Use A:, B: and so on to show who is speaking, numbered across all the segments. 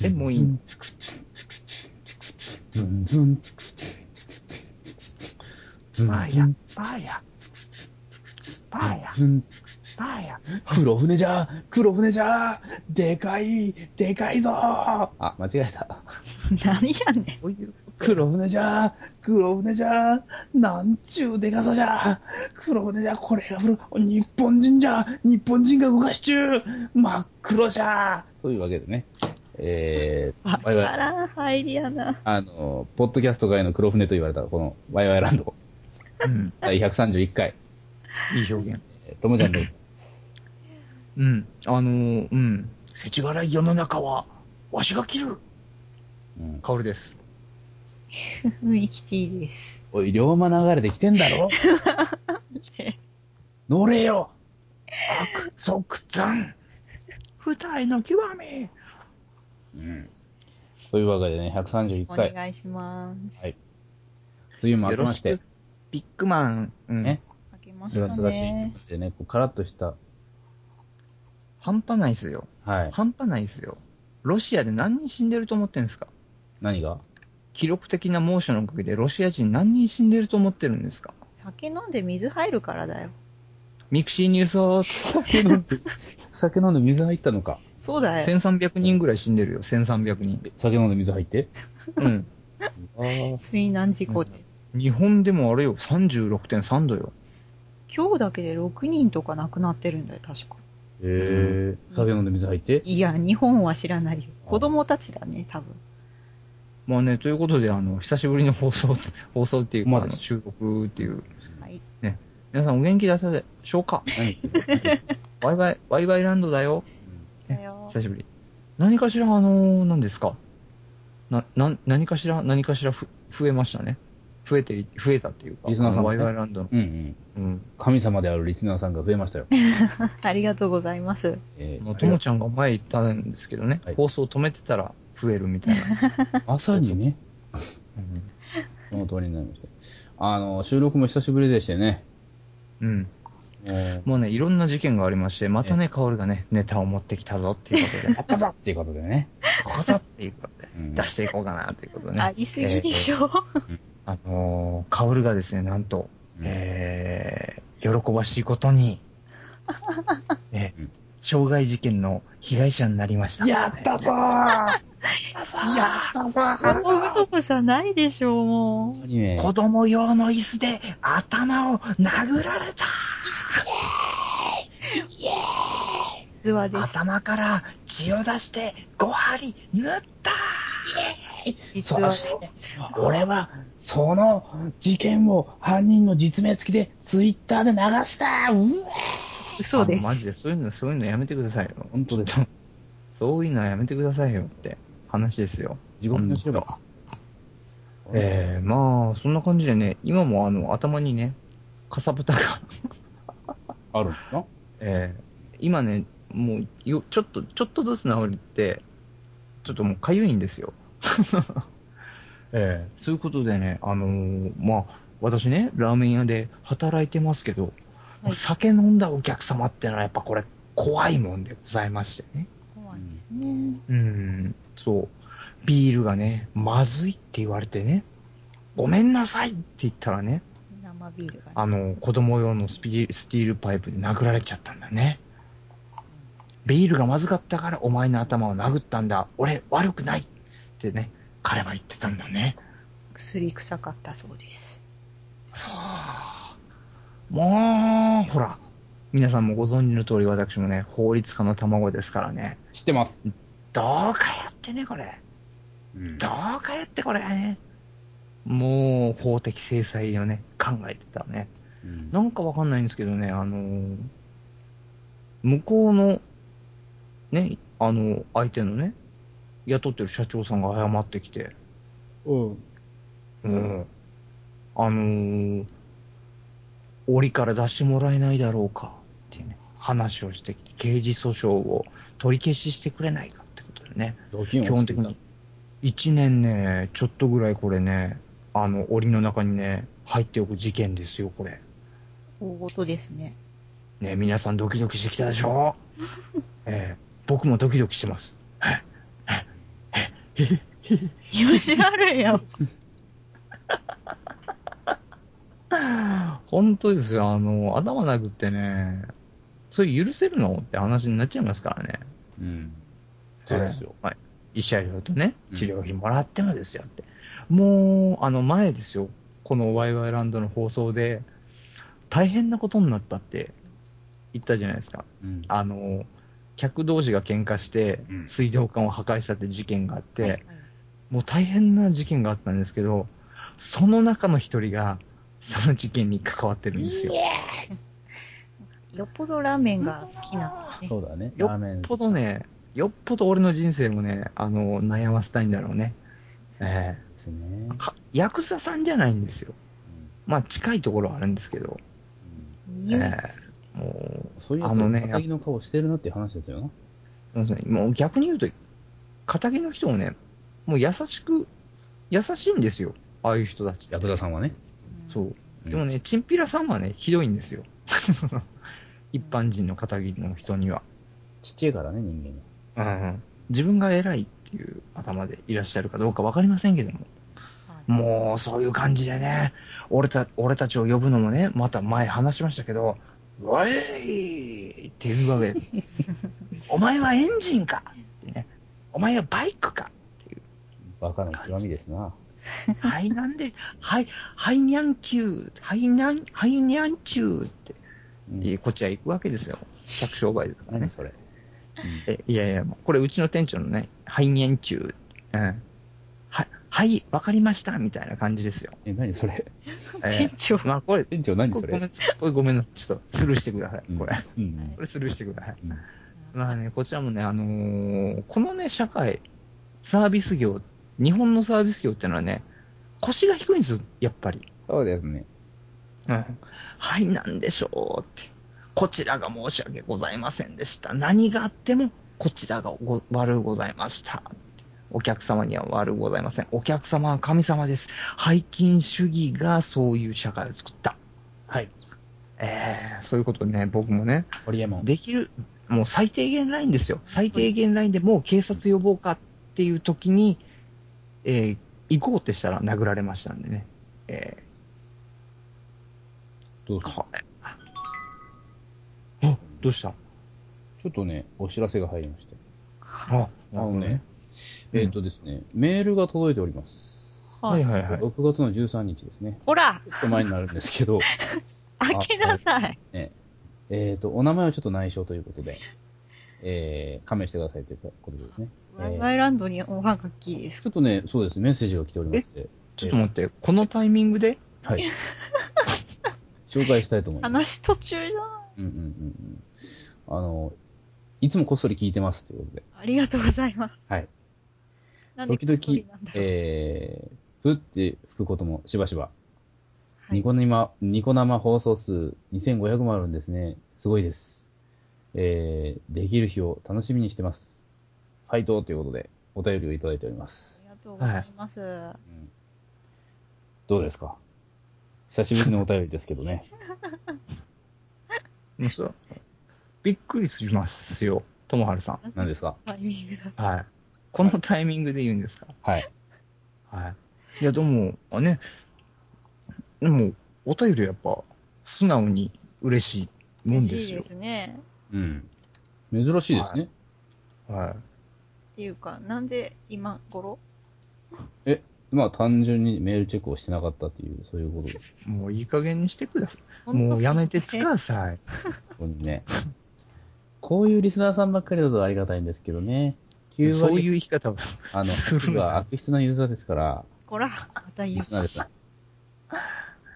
A: で、もういい。つくつ、つくつ、つくつ、
B: ズンズン、
A: つくつ、つくつ、つくつ、
B: ズン
A: パー
B: ズ
A: や
B: ン、、
A: パーや、パーや、
B: ズン。
A: パーや。
B: 黒船じゃ黒船じゃでかいでかいぞあ、間違えた。
C: 何やねん。
A: こういう
B: 黒船じゃ黒船じゃなんちゅうでかさじゃ黒船じゃこれが古日本人じゃ日本人が動かしちゅう真っ黒じゃというわけでね、え
C: わ
B: ー、
C: か
B: ワイワイ、
C: らん入りやな。
B: あの、ポッドキャスト界の黒船と言われた、このワイワイランド、
A: うん、
B: 第131回、
A: いい表現。
B: えーともちゃんと、
A: うん、あのー、うん、世知辛い世の中は、わしが切る。
B: うん、
A: 薫です。
C: ミキティです。
B: おい、龍馬流れてきてんだろ乗れよ
A: 悪即残。不体の極み。
B: うんというわけでね、131
C: お
B: 回、
C: 願いします。
B: はい梅雨も明
A: よ
B: け
A: ろ
B: ま
A: し
B: して
A: く、、ビッグマン。うん、
B: ね
C: 開けますし
B: が
C: た
B: すがしい気
C: ね
B: 分。でね、こうカラッとした、
A: 半端ないっすよ。
B: はい、
A: 半端ないっすよ。ロシアで何人死んでると思ってんですか
B: 何が
A: 記録的な猛暑のおかげでロシア人何人死んでると思ってるんですか
C: 酒飲んで水入るからだよ。
A: ミクシーニュースを
B: 酒飲んで、酒飲んで水入ったのか。
C: そうだよ。
A: 1300人ぐらい死んでるよ、1300人。
B: 酒飲んで水入って
A: うん。
B: あー
C: 水難事故で。
A: 日本でもあれよ、36.3度よ。
C: 今日だけで6人とか亡くなってるんだよ、確か。
B: へえ酒飲んで水入って
C: いや、日本は知らないよ。子供たちだね、多分。
A: まあね、ということで、あの、久しぶりの放送、 放送っていうか、
B: ま
A: あ
B: あ
A: の収録っていう。
C: はい。
A: 皆さんお元気だったでしょうか
B: 何何
A: ワイワイ、ワイワイランドだよ。
C: だよ。
A: 久しぶり。何かしら、あのー、何ですかな、な、何かしら、何かしらふ増えましたね。増えて、増えたっていうか、
B: リスナーさんも
A: ワイ
B: ね
A: ワイランドの。
B: うんうん。
A: うん。
B: 神様であるリスナーさんが増えましたよ。
C: ありがとうございます。
B: え
A: あ
B: ー
A: のともちゃんが前言ったんですけどね、
B: はい
A: 放送止めてたら増えるみたい な。
B: まさにね、その通りになりました。あの、収録も久しぶりでしてね。
A: うん。
B: もう
A: もうね、いろんな事件がありまして、またね、カオルがね、ネタを持ってきたぞっていうこと で、
B: パパザっていうことでね。
A: ここぞっていうことで、
B: うん
A: 出していこうかなということで
C: あ
A: ね。
C: りすぎでしょ。
A: あのー、カオルがですね、なんと、えー、喜ばしいこと に、え
B: うん
A: 傷害事件の被害者になりました。
B: やったぞーやったぞー
C: 運ぶとこじゃないでしょう、もう。
A: 子供用の椅子で頭を殴られた
C: 実話です。
A: 頭から血を出して5針縫った
C: 実話です。
B: 俺は、その事件を犯人の実名付きでツイッターで流したうわ
C: 嘘で
A: あのマジ
C: す。
A: でそういうの、そういうのやめてくださいよ。
B: 本当です。
A: そういうのはやめてくださいよって話ですよ。
B: 地獄の白馬。
A: えー、まあ、そんな感じでね、今もあの、頭にね、かさぶたが、
B: あるんですか
A: えー、今ね、もうよ、ちょっと、ちょっとずつ治って、ちょっともうかゆいんですよ。 えー、そういうことでね、あのーまあ、私ね、ラーメン屋で働いてますけど、
C: はい
A: 酒飲んだお客様ってのはやっぱこれ、怖いもんでございましてね。
C: 怖いですね。
A: うん、そう。ビールがね、まずいって言われてね、ごめんなさいって言ったらね、
C: 生ビールが
A: あ
C: ね。
A: の、子供用のスピスティールパイプで殴られちゃったんだね。ビールがまずかったからお前の頭を殴ったんだ。俺悪くないってね、彼は言ってたんだね。
C: 薬臭かったそうです。
A: そう。もう、ほら。皆さんもご存知の通り私もね、法律家の卵ですからね。
B: 知ってます。
A: どうかやってね、これ。
B: うん
A: どうかやってこれはね、もう法的制裁をね、考えてたね。
B: うん
A: なんかわかんないんですけどね、あのー向こうの、ね、あの、相手のね、雇ってる社長さんが謝ってきて、
B: うん
A: うん。あのー、檻から出してもらえないだろうか、っていうね、話をしてきて、刑事訴訟を取り消ししてくれないかってことでね。
B: ドキュン
A: 基
B: を
A: 本
B: して
A: 的
B: た
A: に。1年ね、ちょっとぐらいこれね、あの、檻の中にね、入っておく事件ですよ、これ。
C: 大事ですね。
A: ね、皆さんドキ ドキしてきたでしょええ僕もドキドキしてます。えええ
C: 気持ち悪いよ。
A: 本当ですよ。あの、頭なくってね、それ許せるのって話になっちゃいますからね。
B: うん。そうですよ。
A: はい。医者料とね
B: う、ん
A: 治療費もらってもですよって。もう、あの、前ですよ。このワイワイランドの放送で、大変なことになったって言ったじゃないですか。
B: うん。
A: あの、客同士が喧嘩して
B: う、ん
A: 水道管を破壊したって事件があって、もう大変な事件があったんですけど、その中の一人が、その事件に関わってるんですよ。
C: よっぽどラーメンが好きなのね。
B: そうだね。
A: よ
B: ラーメン
A: よっぽどね、よっぽど俺の人生もね、あの、悩ませたいんだろうね。え
B: ですね
A: え。かヤクザさんじゃないんですよ。まあ、近いところはあるんですけど、
C: 匂いがする。
A: もう、
B: そういう
A: あのね
B: の顔してるなっていう話ですよな。
A: そうですねもう逆に言うと、片毛の人もね、もう優しく、優しいんですよ。ああいう人たちって。
B: ヤクザさんはね。
A: そうう。でもね、チンピラさんはね、ひどいんですよ。 一般人の片桐の人には。
B: ちっちゃいからね、人間が。
A: うん。自分が偉いっていう頭でいらっしゃるかどうかわかりませんけども。
C: ん。はい
A: もう、そういう感じでね、俺た、俺たちを呼ぶのもね、また前話しましたけど、わいっていうわけでお前はエンジンかってね。お前はバイクか
B: バカの極みですな。
A: はいなんで、はい、はいにゃんきゅう、はいなん、はいにゃんちゅうって、
B: うん
A: いいこっちは行くわけですよ。客商売ですからね
B: 何。それ。
A: えいやいや、もうこれうちの店長のね、肺炎中、うん。は、はい、わかりました、みたいな感じですよ。
B: え、何それ。
A: えー
C: 店長。
A: まあこれ、
B: 店長何
A: ご
B: そ
A: めん
B: れ。
A: なさい、これごめんなさい、ちょっとスルーしてくださ
B: う
A: い、
B: ん
A: これ。。
B: うん
A: これスルーしてください。
B: うん
A: まあね、こちらもね、あのーこのね、社会、サービス業、日本のサービス業ってのはね、腰が低いんですよ、やっぱり。
B: そうですね。
A: うん。はい、なんでしょうって。こちらが申し訳ございませんでした。何があっても、こちらがご悪ございました。お客様には悪ございません。お客様は神様です。背金主義がそういう社会を作った。
B: はい。
A: えー、そういうことね、僕もね、
B: ホリエモン。
A: できる、もう最低限ラインですよ。最低限ラインでもう警察呼ぼうかっていう時に、えー行こうってしたら殴られましたんでね。えー
B: どうぞ
A: これ。あ、どうした
B: ちょっとね、お知らせが入りまして。
A: あ、
B: あのね。、
A: うん
B: えっとですね、メールが届いております。
A: はいはいはい。
B: 6月の13日ですね。
C: ほら、
B: ちょっと前になるんですけ ど、
C: 開けなさい。
B: ねえっと、お名前はちょっと内緒ということで、えー、加盟してくださいということでですね。
C: ワイワイランドにおはがきです
B: ち。ょっとね、そうですね、メッセージが来ておりまして、
A: ちょっと待って、このタイミングで
B: はい。 紹介したいと思います。
C: 話途中じゃない。
B: うんうんうんうん。あの、いつもこっそり聞いてますということで、
C: ありがとうございます。
B: はい。
C: なんで
B: 時
C: こっそり
B: 々
C: なんだ、ろう
B: えー、ふって吹くこともしばしば。
C: はい
B: ニコ生、ニコ生放送数2500もあるんですね。すごいです。えー、できる日を楽しみにしてます。ファイトということで、お便りをいただいておりま
C: あ
B: す
C: り。がとうございます。
B: うんどうですか久しぶりのお便りですけ どね。
A: もうそうびっくりしますよ、ともはるさん。
B: 何ですか
C: タイミングだ。
A: はい。このタイミングで言うんですか
B: はい。
A: はい。いや、でも、あね、でも、お便りやっぱ、素直に嬉しいもんで
C: 嬉し
A: す
C: い
A: よ
C: で。すね。
B: うん。珍しいですね。
A: は
C: っていうか、なんで今頃
B: まあ単純にメールチェックをしてなかったっていう、そういうことです。
A: い。もういい加減にしてください。
C: ほんと
A: もうやめて
C: す
A: く
C: いま
A: ださい。
B: 本当に ね。こういうリスナーさんばっかりだとありがたいんですけどね。9割、
A: そういう生き方は、
B: あの、8は悪質なユーザーですから、
C: せんこら、また言
B: リ
C: う
B: ス。ナーです。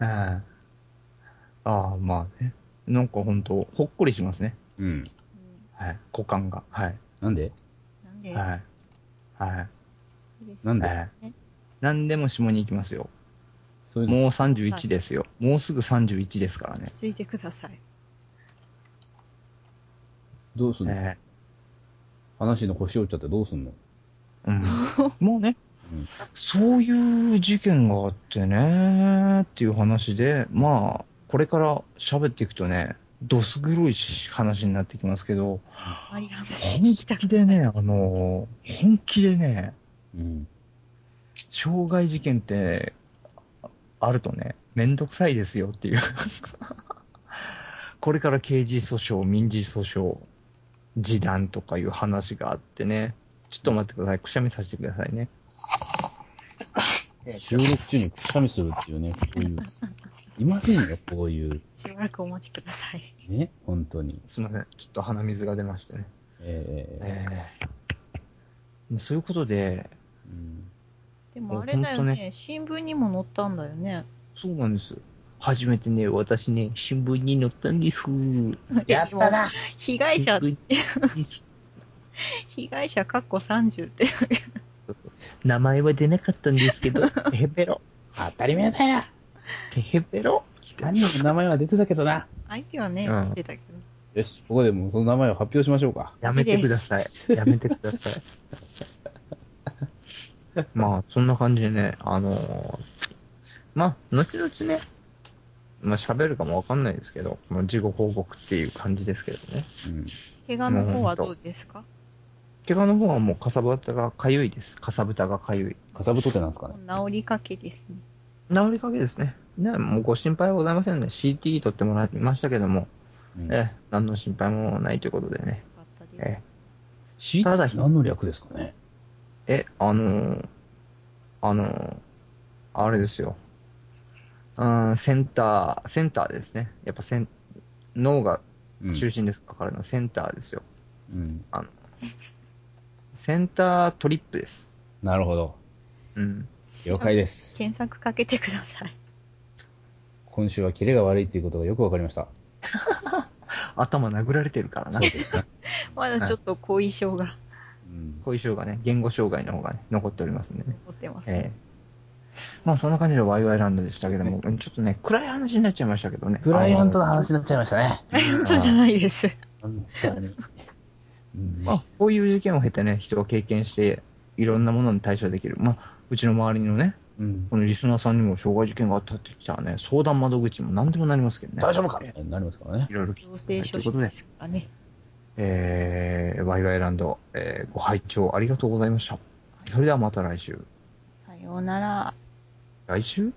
A: ああ、まあね。なんか本当ほっこりしますね。
B: うん。
C: うん
A: はい。股間が。はい。
B: なんで
C: なんで、
A: はい。はい。
C: 嬉しい
B: なんで
A: ええ何でも下に行きますよ。
B: そういうの、
A: もう31ですよ。もうすぐ31ですからね
C: 落。ち着いてください。
B: どうすんの、
A: え
B: 話の腰折っちゃってどうすんの
A: えうん、もうね
B: うん、
A: そういう事件があってねっていう話で、まあ、これから喋っていくとね、どす黒い話になってきますけど、
C: あまり話
A: 本
C: 聞きたく
A: 気
C: ない
A: でね、あの、本気でね、
B: うん。
A: 傷害事件って、あるとね、めんどくさいですよっていう。 これから刑事訴訟、民事訴訟、示談とかいう話があってね。ちょっと待ってください。くしゃみさせてくださいね。
B: 収録中にくしゃみするっていうね、こういう。いませんよ、こういう。
C: しばらくお待ちください。
B: ね、本当に。
A: すいません。ちょっと鼻水が出ましてね。
B: ええ
A: えーそういうことで、
B: うん
C: でもあれだよ
A: ほん
C: ね
A: と
C: 新聞にも載ったんだよね。
A: そうなんです。初めてね、私ね、新聞に載ったんです。
C: やったな。被害者、
A: 新聞に
C: 被害者かっこ30って。
A: 名前は出なかったんですけ ど、てへべろ、
B: 当たり前だよ
A: てへべろ。
B: 何人も名前は出てたけどな。
C: 相手はね、
A: うん
C: 言ってたけど。
B: よし、ここでもうその名前を発表しましょうか。
A: やめてください。やめてくだ さい。まあ、そんな感じでね、あのーまあ、後々ね、まあ喋るかもわかんないですけど、まあ、事後報告っていう感じですけどね。
B: うん。
C: 怪我の方はどうですか
A: 怪我の方はもうかさぶたがかゆいです。かさぶたがかゆい。
B: かさぶとってなんですかね。
C: 治りかけですね。
A: 治りかけですね。ね、もうご心配はございませんね。CT 取ってもらいましたけども、
B: うん
A: ええ、何の心配もないということでね。
C: よかったです。
A: え
B: し
A: ただ
B: 何の略ですかね。
A: え、えあのーあのーあれですよ。うん、センター、センターですね。やっぱセン、脳が
B: うん
A: 中心ですか、彼のセンターですよ。
B: うん。
A: センタートリップです。
B: なるほど。
A: うん。
B: 了解です。
C: 検索かけてください。
B: 今週はキレが悪いっていうことがよくわかりました。
A: 頭殴られてるからな。
C: まだちょっと後遺症が
B: うん。
A: 後遺症がね、言語障害の方がね、残っておりますんでね。
C: 残ってます。
A: ええ。まあそんな感じでワイワイランドでしたけども、ちょっとね、暗い話になっちゃいましたけどね。
B: クライアントの
A: あ
B: 話になっちゃいましたね。
C: ライアントじゃないです。
B: 本当に。うん
A: のまあ、こういう事件を経てね、人が経験して、いろんなものに対処できる。まあ、うちの周りのね、
B: うん。
A: このリスナーさんにも障害事件があったって言ったらね、相談窓口も何でもなりますけどね。
B: 大丈夫かみたいになりますからね
A: い。ろいろ聞
C: 行
A: いて
C: 政
A: と
C: 書
A: いうこと
C: 士
A: で
C: で、すからね。
A: えー、ワイワイランド、えーご拝聴ありがとうございました。それではまた来週。
C: さようなら。
A: 来週